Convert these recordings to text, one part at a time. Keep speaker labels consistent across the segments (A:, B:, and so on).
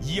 A: 以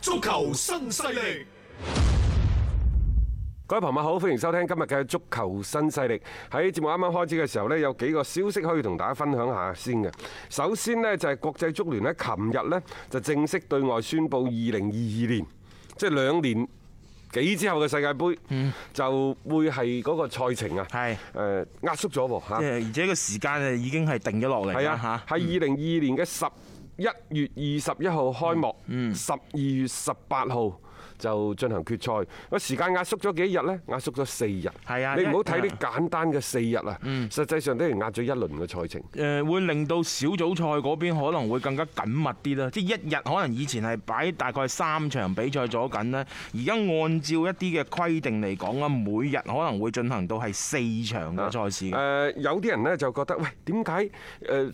A: 足球新勢力，
B: 各位朋友好，歡迎收聽今日嘅足球新勢力。喺節目啱啱開始嘅時候呢，有幾個消息可以同大家分享下先嘅。首先呢，就係國際足聯呢，琴日呢就正式對外宣布，二零二二年即係兩年幾之後嘅世界盃，就會係嗰個賽程啊，
C: 嗯係
B: 誒壓縮咗喎嚇
C: 即。係而且個時間啊已經係定咗落嚟
B: 啊係
C: 啦
B: 啊，
C: 嚇。嗯
B: 係二零二二年嘅十一月二十一號開幕，
C: 嗯
B: 十二月十八號。就進行決賽，個時間壓縮咗幾日呢？壓縮咗四日。
C: 係啊嗯
B: 你唔好
C: 因
B: 睇
C: 為
B: 啲簡單嘅四日啊，實際上都係壓咗一輪嘅賽程。
C: 誒會令到小組賽嗰邊可能會更加緊密啲啦，即係一日可能以前係擺大概三場比賽咗緊啦，而家按照一啲嘅規定嚟講啊，每日可能會進行到係四場
B: 啊
C: 嘅賽事嘅。
B: 誒有啲人呢就覺得，喂，點解誒二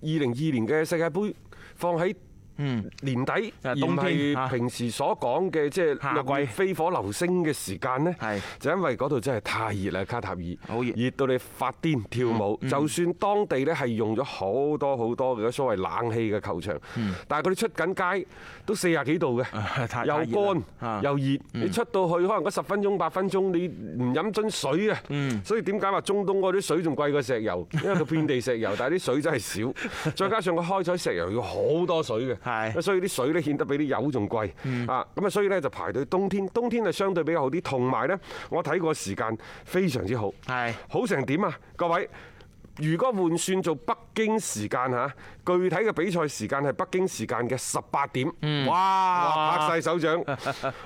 B: 零二年嘅世界盃放喺
C: 嗯
B: 年底，
C: 啊
B: 而唔
C: 冬天
B: 係
C: 啊
B: 平時所講嘅即係
C: 夏
B: 六月
C: 季
B: 飛火流星嘅時間呢
C: 係，
B: 就因為嗰度真係太熱啦，卡塔爾
C: 好熱
B: 熱到你發癲跳舞。就算當地呢係用咗好多好多嘅所謂冷氣嘅球場，但係佢哋出緊街都四十幾度
C: 啊
B: 嘅，
C: 太太熱
B: 又
C: 啦
B: 乾
C: 啊
B: 又熱。你出到去可能嗰十分鐘八分鐘，你唔飲樽水啊！所以點解話中東嗰啲水仲貴過石油？因為佢遍地石油，但係啲水真係少，再加上佢開採石油要好多水嘅。
C: 係
B: 所以啲水咧顯得比啲油仲貴啊！咁啊，所以咧就排隊冬天，冬天就相對比較好啲，同埋咧我睇過時間非常之好，
C: 係
B: 好成點啊？各位，如果換算做北京時間嚇，具體嘅比賽時間係北京時間嘅十八點，
C: 嗯
B: 哇！拍晒手 掌，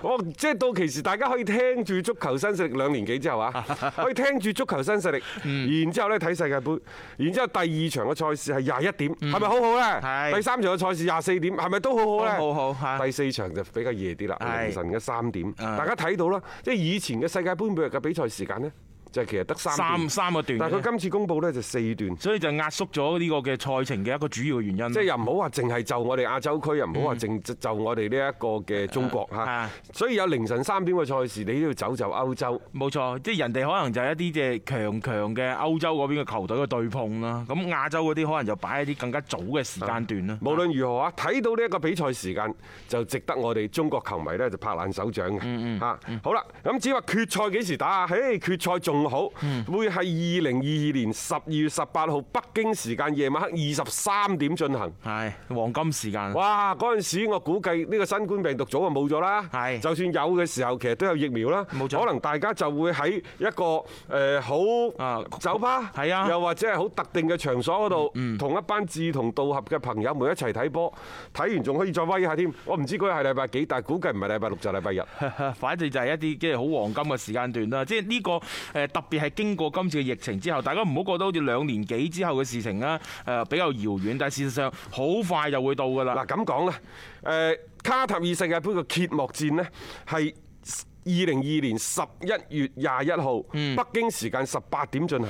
B: 我即係到其時大家可以聽住足球新勢力兩年幾之後 啊，可以聽住足球新勢
C: 嗯
B: 力，然之後咧睇世界盃，然之後第二場嘅賽事係廿一點，係咪好好呢？
C: 嗯係
B: 第三場嘅賽事廿四點，係咪都好好呢？
C: 都好好係
B: 第四場就比較夜啲啦，
C: 係
B: 凌晨嘅三點，
C: 啊
B: 大家睇到啦，即係以前嘅世界盃每日嘅比賽時間呢，就其實得三
C: 三
B: 段
C: 三個段
B: 但係
C: 嘅嗯
B: 佢今次公布呢，就四段，
C: 所以就壓縮咗呢個嘅賽程嘅一個主要嘅原因。
B: 即係又唔好話淨係就我哋亞洲區，又唔好話淨就我哋呢一個嘅中國嚇
C: 啊。
B: 所以有凌晨三點嘅賽事，你都要走就歐洲。
C: 冇錯，即係人哋可能就係一啲即係強強嘅歐洲嗰邊嘅球隊嘅對碰啦，咁亞洲嗰啲可能就擺喺啲更加早嘅時間段啦。
B: 無論如何啊，睇到呢一個比賽時間就值得我哋中國球迷呢就拍爛手掌嘅嚇。好啦，咁至於話決賽幾時打啊？嘿，決賽仲好，會係二零二二年十二月十八號北京時間夜晚黑二十三點進行。
C: 係黃金時間。
B: 哇！嗰陣時我估計呢個新冠病毒早就冇咗啦，
C: 係
B: 就算有嘅時候，其實都有疫苗啦，
C: 冇錯
B: 可能大家就會喺一個誒好
C: 啊
B: 酒吧，
C: 係啊
B: 又或者係好特定嘅場所嗰度，同一班志同道合嘅朋友們一齊睇波，睇完仲可以再威下添。我唔知嗰日係禮拜幾，但係估計唔係禮拜六就係禮拜日。
C: 反正就係一啲即係好黃金嘅時間段啦。即係呢個誒特別係經過今次嘅疫情之後，大家唔好覺得好似兩年幾之後嘅事情啦，誒比較遙遠，但係事實上好快就會到㗎啦。
B: 嗱咁講啦，誒卡塔爾世界盃嘅揭幕戰呢，係二零二年十一月廿一號，北京時間十八點進行。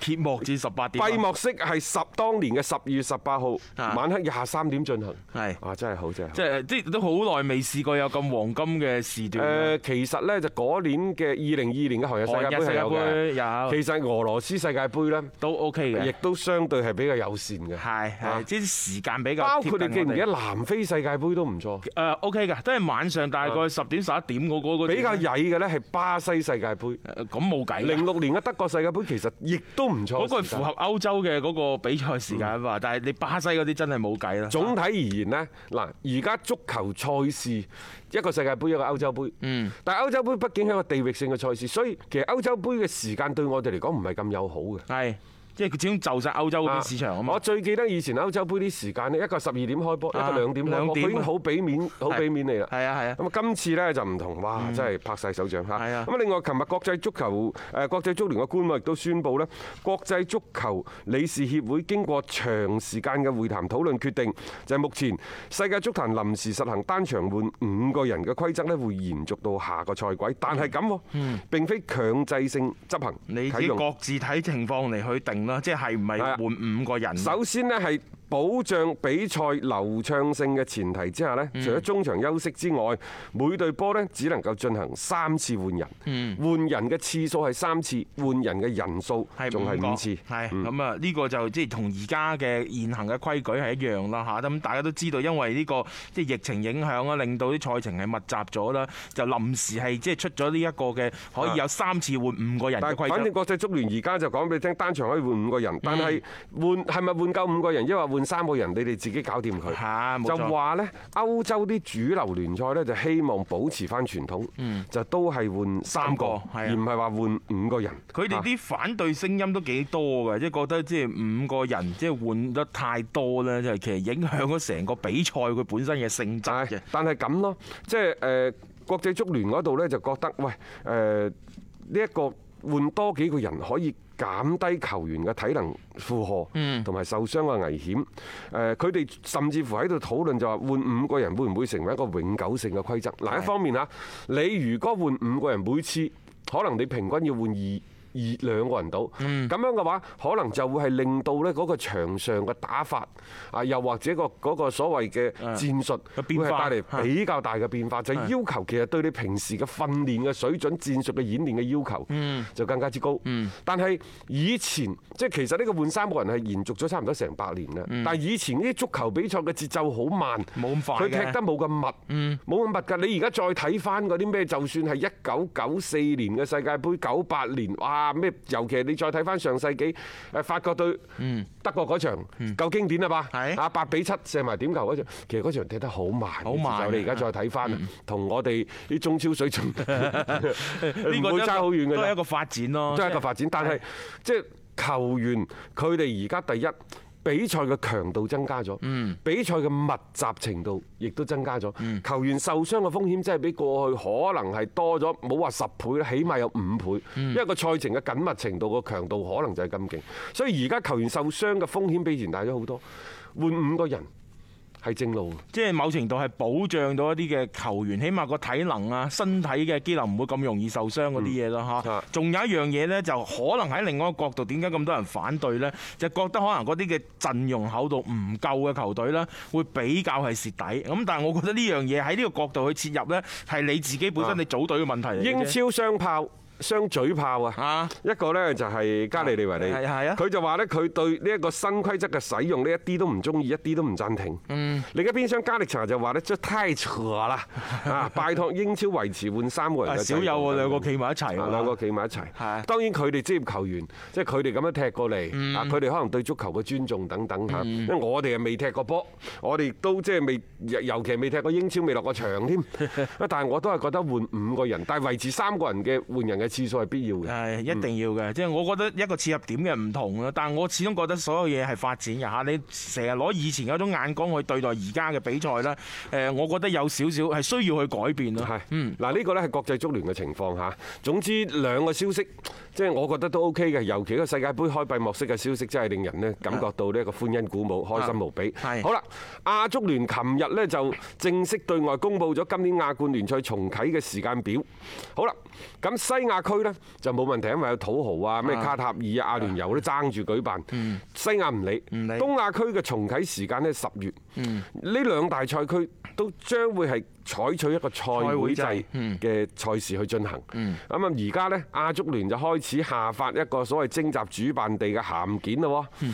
C: 揭幕至十八點啊。
B: 閉幕式係十當年嘅十二月十八號
C: 啊
B: 晚黑廿三點進行，
C: 係
B: 啊真係好真係好
C: 即。係即係都好耐未試過有咁黃金嘅時段啊啦。
B: 誒其實呢，就嗰年嘅二零二年嘅韓日世界盃係有
C: 韓日世
B: 嘅，
C: 界盃有
B: 其實俄羅斯世界盃呢，
C: 都 OK 嘅
B: 亦，都相對係比較友善嘅，
C: 係
B: 啊
C: 係，即係時間比較
B: 包
C: 貼近
B: 括
C: 我哋。
B: 你記唔記得南非世界盃都唔錯，
C: 誒 OK 㗎，都係晚上大
B: 啊
C: 概十點十一點嗰嗰嗰
B: 比較曳嘅呢係巴西世界盃。
C: 啊誒咁冇計㗎。
B: 零六年嘅德國世界盃其實亦都唔錯。
C: 嗰個係符合。歐洲嘅嗰個比賽時間
B: 嗯
C: 吧，但係你巴西嗰啲真係冇計啦。
B: 總體而言呢，嗱，而家足球賽事一個世界盃一個歐洲杯，嗯，但係歐洲杯畢竟係一個地域性嘅賽事，所以其實歐洲杯嘅時間對我哋嚟講唔係咁友好嘅。
C: 係，即係佢始終就晒歐洲嗰啲市場啊嘛
B: 我。最記得以前歐洲杯啲時間呢，一個十二點開波，
C: 啊
B: 一個兩點開
C: 兩
B: 波，
C: 點啊
B: 佢已經好俾面，好俾面你啦。
C: 係啊係啊
B: 咁啊，今次呢就唔同，哇！真係拍晒手掌嚇。
C: 係啊
B: 咁啊，另外，琴日國際足球誒國際足聯嘅官網亦都宣布呢，國際足球理事協會經過長時間嘅會談討論決定，就係目前世界足壇臨時實行單場換五個人嘅規則呢，會延續到下個賽季。但係咁喎，並非強制性執行
C: 你自
B: 啟
C: 己
B: 用。
C: 各自睇情況嚟去定啦，即係係唔係
B: 係啊
C: 換五個人？
B: 首先呢，係保障比賽流暢性嘅前提之下呢，
C: 嗯
B: 除咗中場休息之外，每隊波呢只能夠進行三次換人，
C: 嗯
B: 換人嘅次數係三次，換人嘅人數
C: 係
B: 仲係五次。
C: 係
B: 嗯
C: 咁啊！呢個就即係同而家嘅現行嘅規矩係一樣啦嚇。咁大家都知道，因為呢個即係疫情影響啊，令到啲賽程係密集咗啦，就臨時係即係出咗呢一個嘅可以有三次換五個
B: 啊
C: 人嘅
B: 但係
C: 規
B: 反
C: 則
B: 正。國際足聯而家就講俾你聽，單場可以換五個人，但係
C: 嗯
B: 換係咪換夠五個人，抑或換三個人，你哋自己搞掂佢。
C: 嚇冇錯
B: 就話呢，歐洲啲主流聯賽呢，就希望保持翻傳統，就都係換三個
C: 嗯三，個係啊
B: 而唔係話換五個人。
C: 佢哋
B: 啊
C: 啲反對聲音都幾多嘅，即係覺得即係五個人即係換得太多咧，就其實影響咗成個比賽佢本身嘅性質嘅
B: 係。但係咁咯，即係誒國際足聯嗰度呢，就覺得喂誒呢一個換多幾個人可以。減低球員嘅體能負荷，同埋受傷嘅危險。誒，佢哋甚至乎喺度討論就話換五個人會唔會成為一個永久性嘅規則？嗱，一方面嚇，你如果換五個人，每次可能你平均要換二。二兩個人到，咁樣嘅話，可能就會係令到呢嗰個場上嘅打法啊，又或者個嗰個所謂嘅戰術
C: 嘅變
B: 會係
C: 化
B: 帶嚟比較大嘅變化，就係要求其實對你平時嘅訓練嘅水準、戰術嘅演練嘅要求
C: 嗯
B: 就更加之高。但係以前即係其實呢個換三個人係延續咗差唔多成百年啦，但係以前呢啲足球比賽嘅節奏好慢，
C: 嗯冇咁快
B: 佢
C: 嘅
B: 踢得冇咁
C: 嗯
B: 密，冇咁密㗎。你而家再睇翻嗰啲咩，就算係一九九四年嘅世界盃、九八年，哇咩，尤其係你再睇翻上世紀誒法國對德國嗰場夠經典啦吧？
C: 嗯係
B: 啊八比七射埋點球嗰場，其實嗰場踢得好慢，
C: 好慢啊嗯
B: 你而家再睇翻，同我哋啲中超 水準
C: 呢
B: 唔
C: 個
B: 會
C: 都
B: 差好遠㗎
C: 都係
B: 啦
C: 一。個發展咯，
B: 都係一個發展。但係即係球員佢哋而家第一。比賽嘅強度增加咗，比賽嘅密集程度亦都增加咗，球員受傷嘅風險真係比過去可能係多咗，冇話十倍啦，起碼有五倍，因為個賽程嘅緊密程度個強度可能就係咁勁，所以而家球員受傷嘅風險比以前大咗好多，換五個人係正路嘅。
C: 即係某程度係保障到一啲嘅球員，起碼個體能啊、身體嘅機能唔會咁容易受傷嗰啲嘢咯
B: 嗯
C: 嚇。仲有一樣嘢呢，就可能喺另外一個角度，點解咁多人反對呢？就覺得可能嗰啲嘅陣容厚度唔夠嘅球隊呢，會比較係蝕底。咁但係我覺得呢樣嘢喺呢個角度去切入呢，係你自己本身
B: 啊
C: 你組隊嘅問題嚟嘅啫。
B: 英超雙炮。雙嘴炮啊
C: 啊！
B: 一個呢就係加利利維利，
C: 係係啊
B: 佢就話呢，佢對呢一個新規則嘅使用呢，一啲都唔中意，一啲都唔贊同。
C: 嗯
B: 另一邊廂加力查就話呢，真係太扯啦！ 啊，拜託英超維持換三個人
C: 啊
B: 嘅制
C: 少
B: 度
C: 有喎，兩個企埋一齊
B: 啊
C: 喎，
B: 兩個企埋一齊
C: 係。嗯
B: 當然佢哋職業球員，即係佢哋咁樣踢過嚟，啊佢哋可能對足球嘅尊重等等嚇。因為我哋係未踢過波，我哋都即係未，尤尤其未踢過英超，未落過場 添。啊但係我都係覺得換五個人，但係維持三個人嘅換人嘅次數係必要嘅。嗯
C: 係一定要嘅，即係我覺得一個切入點嘅唔同啦。但係我始終覺得所有嘢係發展嘅嚇，你成日攞以前嗰種眼光去對待而家嘅比賽啦。誒，我覺得有少少係需要去改變啊咯。嗯
B: 係，嗱呢個呢係國際足聯嘅情況嚇。總之兩個消息，即係我覺得都 OK 嘅，尤其個世界盃開閉幕式嘅消息，真係令人呢感覺到呢一個歡欣鼓舞、開心無比。
C: 啊係
B: 好啦，亞足聯琴日呢就正式對外公布咗今年亞冠聯賽重啟嘅時間表。好啦，咁西亞區呢就冇問題，因為有土豪啊、咩卡塔爾啊、亞聯酋都爭住舉辦。西亞唔理，
C: 嗯唔理嗯
B: 東亞區嘅重啟時間呢十月。呢兩大賽區都將會係採取一個賽賽會制嘅賽事去進行。咁啊，而家呢，亞足聯就開始下發一個所謂徵集主辦地嘅函件咯喎。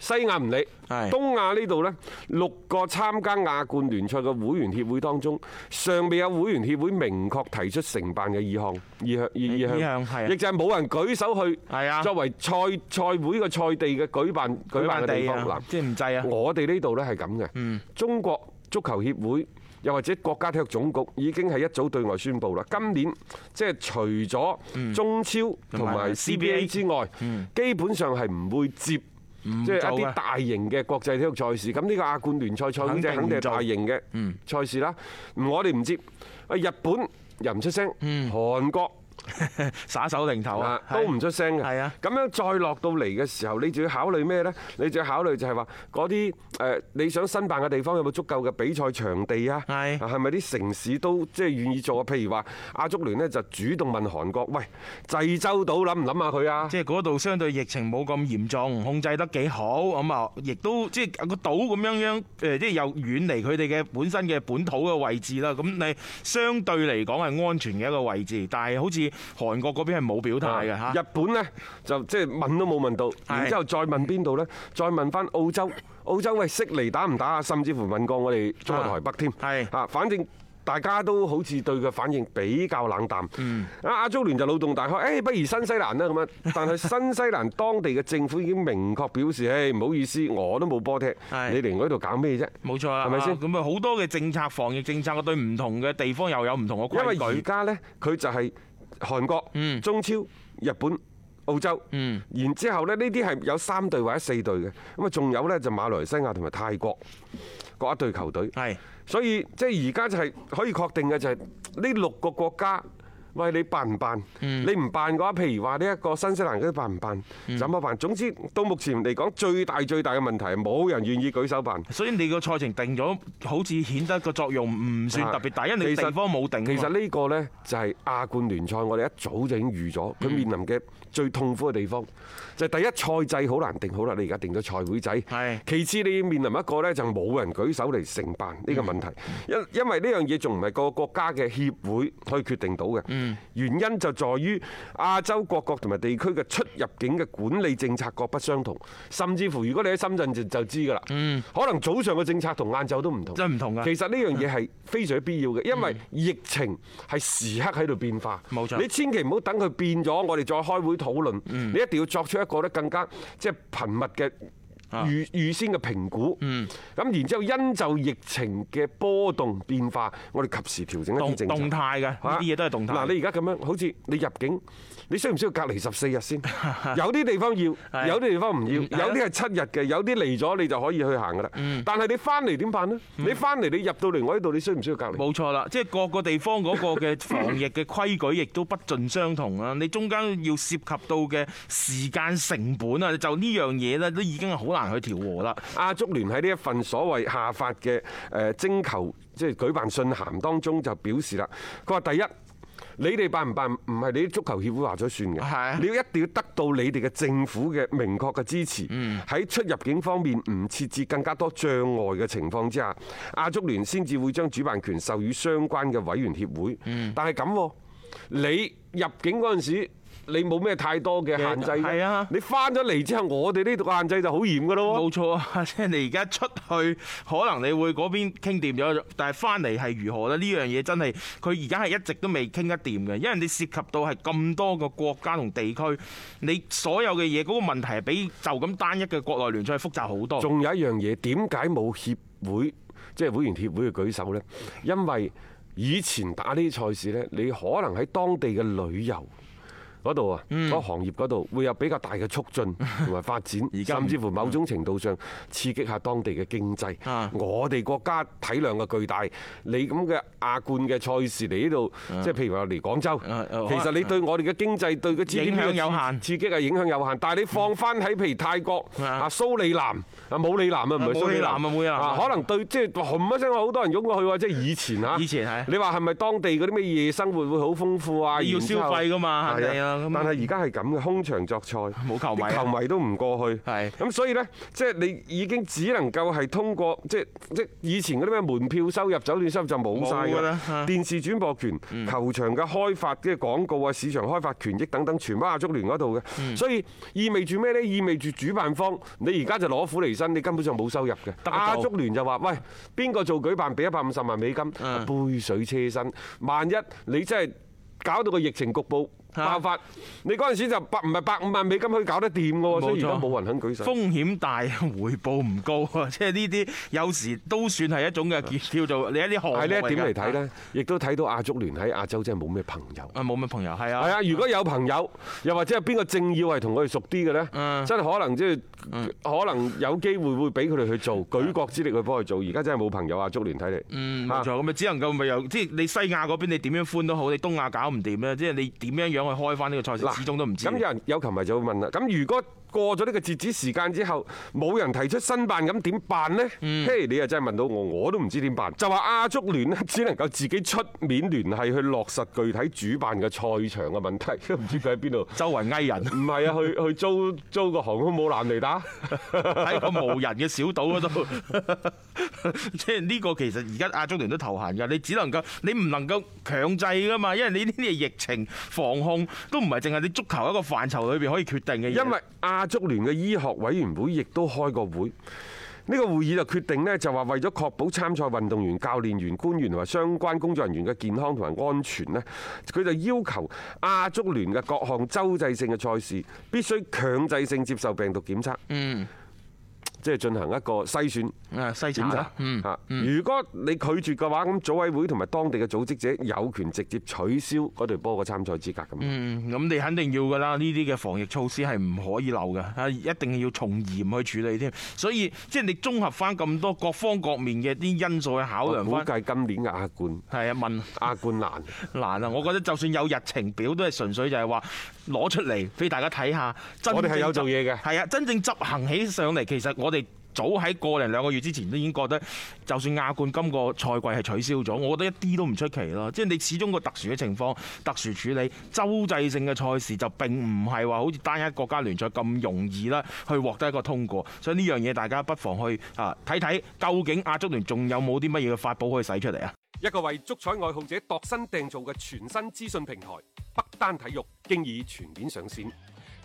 B: 西亞唔理，
C: 係
B: 東亞呢度呢，六個參加亞冠聯賽嘅會員協會當中，上面有會員協會明確提出承辦嘅意向、意向、意
C: 意
B: 意
C: 向係啊
B: 亦就係冇人舉手去
C: 係啊
B: 作為賽賽會嘅賽地嘅舉辦舉辦嘅地方嗱
C: 啊，，即係唔制啊！
B: 我哋呢度呢係咁嘅，中國足球協會又或者國家體育總局已經係一早對外宣布啦。今年即係除咗中超嗯同埋 CBA 之外，基本上係嗯唔啊會接。即係一
C: 做
B: 啲
C: 嘅
B: 大型嘅國際體育賽事，咁呢個亞冠聯賽賽會就肯定嗯
C: 肯定
B: 係
C: 唔做
B: 大型嘅賽事啦。我哋唔接，日本又唔出聲，韓國
C: 耍手擰頭
B: 啊
C: 啊，，
B: 都唔出聲嘅。
C: 係啊
B: 咁樣再落到嚟嘅時候，你就要考慮咩呢？你就要考慮就係話嗰啲誒你想申辦嘅地方有冇足夠嘅比賽場地啊？
C: 係
B: 係咪啲城市都即係願意做啊？譬如話亞足聯呢，就主動問韓國，喂，濟州島諗唔諗下佢啊？
C: 即係嗰度相對疫情冇咁嚴重，控制得幾好，咁啊，亦都即係個島咁樣樣，誒，即係又遠離佢哋嘅本身嘅本土嘅位置啦。咁你相對嚟講係安全嘅一個位置，但係好似韓國嗰邊係冇表態嘅嚇。
B: 嗯日本呢，就即係問都冇問到，然之後再問邊度呢？再問翻澳洲，澳洲喂悉尼打唔打啊？甚至乎問過我哋中國台北添。
C: 係
B: 啊，反正。大家都好似對佢反應比較冷淡。
C: 嗯
B: 啊，亞足聯就腦洞大開，誒、不如新西蘭啦咁 樣。但係新西蘭當地嘅政府已經明確表示，誒唔好意思，我都冇波踢，
C: 係
B: 你嚟我呢度搞咩啫？
C: 冇錯啦，
B: 係咪先
C: 啊咁啊好多嘅政策、防疫政策，對唔同嘅地方又有唔同嘅
B: 因為
C: 規
B: 而
C: 矩。
B: 家呢，佢就係韓國、
C: 嗯
B: 中超、日本、澳洲，
C: 嗯
B: 然之後呢，呢啲係有三隊或者四隊嘅，咁啊仲有呢，就馬來西亞同埋泰國各一隊球隊，
C: 係
B: 所以即係而家就係可以確定嘅就係呢六個國家。喂，你辦唔辦？
C: 嗯
B: 你唔辦嘅話，譬如話呢一個新西蘭嗰啲辦唔辦？怎麼辦？總之到目前嚟講，最大最大嘅問題係冇人願意舉手辦。
C: 所以你個賽程定咗，好似顯得個作用唔算特別大，因為你
B: 啊其實
C: 地方冇定啊嘛。
B: 其實呢個呢，就係亞冠聯賽，我哋一早就已經預咗，佢面臨嘅最痛苦嘅地方就係第一賽制好難定，好啦，你而家定咗賽會
C: 係
B: 制。其次你面臨一個呢，就冇人舉手嚟承辦呢個問題，因因為呢樣嘢仲唔係個國家嘅協會可以決定到嘅。原因就在於亞洲各國同埋地區嘅出入境嘅管理政策各不相同，甚至乎如果你喺深圳就就知㗎啦，可能早上嘅政策同晏晝都唔同。
C: 真係唔同㗎
B: 其實呢樣
C: 嗯
B: 嘢係非常之必要嘅，因為疫情係時刻喺度變化。
C: 冇錯嗯
B: 你千祈唔好等佢變咗，我哋再開會討論。你一定要作出一個咧更加即係頻密嘅。
C: 啊
B: 預預先嘅評估，
C: 嗯
B: 咁然之後因就疫情嘅波動變化，我哋及時調整一啲
C: 動
B: 政策。
C: 動態嘅呢啲嘢都係動態。
B: 啊嗱，你而家咁樣，好似你入境，你需唔需要隔離十四日 先？有啲地方要，
C: 係啊嗯
B: 有啲地方唔要，有啲係七日嘅，有啲嚟咗你就可以去行噶啦。但係你翻嚟點辦呢？你翻嚟你入到嚟我呢度，你需唔需要隔離？
C: 冇錯啦，即係各個地方嗰個嘅 防疫嘅規矩亦都不盡相同啊啦。你中間要涉及到嘅時間成本啊，就呢樣嘢咧都已經係好難去調和啦。
B: 亞足聯喺呢一份所謂下發嘅誒徵求即係舉辦信函當中就表示啦，佢話第一。你哋辦唔辦唔係你啲足球協會話咗算
C: 係啊
B: 嘅，你要一定要得到你哋嘅政府嘅明確嘅支持。
C: 嗯
B: 喺出入境方面唔設置更加多障礙嘅情況之下，亞足聯先至會將主辦權授予相關嘅委員協會。
C: 嗯
B: 但係咁喎，你入境嗰陣時你冇咩太多嘅限制啫，
C: 係啊
B: 你翻咗嚟之後，我哋呢度嘅限制就好嚴㗎咯喎。
C: 冇錯啊， 即係你而家出去，可能你會嗰邊傾掂咗，但係翻嚟係如何呢？呢樣嘢真係佢而家係一直都未傾得掂嘅，因為你涉及到係咁多個國家同地區，你所有嘅嘢嗰個問題係比就咁單一嘅國內聯賽複雜好多。
B: 仲有一樣嘢，點解冇協會即係會員協會去舉手呢？因為以前打呢啲賽事呢，你可能喺當地嘅旅遊。嗰度啊，
C: 嗯
B: 嗰個行業嗰度會有比較大嘅促 進同埋發展，
C: 而家唔
B: 甚至乎某種程度上刺激下當地嘅經濟
C: 啊。
B: 我哋國家體量嘅巨大，你咁嘅亞冠嘅賽事嚟呢度，即係譬如話嚟廣州
C: 啊啊，
B: 其實你對我哋嘅經濟對個 GDP 嘅
C: 影響有限
B: 刺激係影響有限，但係你放翻喺譬如泰國
C: 啊
B: 啊、蘇里南啊武里南啊，唔係
C: 啊
B: 蘇
C: 武里
B: 里
C: 南啊武里南啊
B: 可能對即係冚一聲，好多人湧過去喎，即 係以前嚇。
C: 以前係
B: 你話係咪當地嗰啲咩夜生活會好豐富啊？
C: 你要
B: 然之後
C: 消費㗎嘛肯定
B: 係
C: 啊咁
B: 但係而家係咁嘅，空場作賽，
C: 冇球迷啊
B: 啲球迷都唔過去。
C: 係
B: 咁所以呢，即係你已經只能夠係通過即係即係以前嗰啲咩門票收入、酒店收入就冇晒
C: 冇㗎
B: 㗎
C: 啦
B: 啦
C: 嚇。
B: 電視轉播權、球場嘅開發嘅廣告啊、市場開發權益等等，全翻亞足聯嗰度嘅。所以意味住咩呢？意味住主辦方你而家就攞苦離身，你根本上冇收入嘅。
C: 個做
B: 亞足聯就話：喂，邊個做舉辦俾一百五十萬美金？
C: 嗯
B: 杯水車薪。萬一你真係搞到個疫情局部
C: 嚇
B: 爆發，你嗰陣時就百唔係百五萬美金可以搞得掂嘅喎，所以而
C: 冇
B: 家
C: 錯
B: 冇人肯舉手。
C: 風險大，回報唔高啊！ 即係呢啲有時都算係一種嘅叫叫做你一啲項目
B: 喺呢一點嚟
C: 嚟㗎
B: 睇呢，亦都睇到亞足聯喺亞洲真係冇咩朋友。
C: 啊冇乜朋友係
B: 係
C: 啊，
B: 啊，如果有朋友，又或者係邊個政要係同佢哋熟啲嘅
C: 嗯
B: 呢，真係可能即係可能有機會會俾佢哋去做，舉國之力去幫佢做。而家真係冇朋友亞足聯睇嚟。
C: 嗯冇錯，咁咪只能夠咪又即係你西亞嗰邊你點樣寬都好，你東亞搞唔掂啊咧，即係你點樣樣去開翻呢個賽
B: 嗱
C: 事，始終都唔知。
B: 咁有人有球迷就會問啦，咁如果過咗呢個截止時間之後，冇人提出申辦，咁點辦呢？
C: 嗯
B: 嘿，你又真係問到我，我都唔知點辦。就話亞足聯呢， 只能夠自己出面聯繫去落實具體主辦嘅賽場嘅問題，都 唔知佢喺邊度。
C: 周圍翳 人
B: 唔係啊，去去租租個航空母艦嚟打，
C: 喺個無人嘅小島嗰度， 即係呢個其實而家亞足聯都頭痕㗎，你只能夠你唔能夠強制㗎嘛，因為你呢啲係疫情防控都唔係淨係你足球一個範疇裏邊可以決定嘅嘢。
B: 因為亞足聯嘅醫學委員會亦都開過會。呢個會議就決定呢，就話為咗確保參賽運動員、教練員、官員同埋相關工作人員嘅健康同埋安全呢，佢就要求亞足聯嘅各項洲際性嘅賽事必須強制性接受病毒檢測，
C: 嗯
B: 即係進行一個篩選。
C: 啊西
B: 檢
C: 產
B: 查
C: 啦，嗯
B: 嚇如果你拒絕嘅話，咁組委會同埋當地嘅組織者有權直接取消嗰隊波嘅參賽資格咁。
C: 嗯，咁你肯定要噶啦，呢啲嘅防疫措施係唔可以漏嘅，啊一定要從嚴去處理添。所以即係你綜合翻咁多各方各面嘅啲因素去考
B: 我
C: 量
B: 估
C: 翻，
B: 哦計今年嘅亞冠
C: 係啊問。
B: 亞冠難。
C: 難啊！我覺得就算有日程表，都係純粹就係話攞出嚟俾大家睇下。真
B: 我哋係
C: 正
B: 有做
C: 執
B: 嘢嘅
C: 係啊，真正執行起上嚟，其實我哋早喺個零兩個月之前都已經覺得，就算亞冠今個賽季係取消咗，我覺得一啲都唔出奇咯。即係你始終個特殊嘅情況、特殊處理、洲際性嘅賽事就並唔係話好似單一國家聯賽咁容易啦，去獲得一個通過。所以呢樣嘢大家不妨去啊睇睇，究竟亞足聯仲有冇啲乜嘢嘅法寶可以使出嚟啊！
B: 一個為足彩愛好者度身訂造嘅全新資訊平台北單體育，經已全面上線。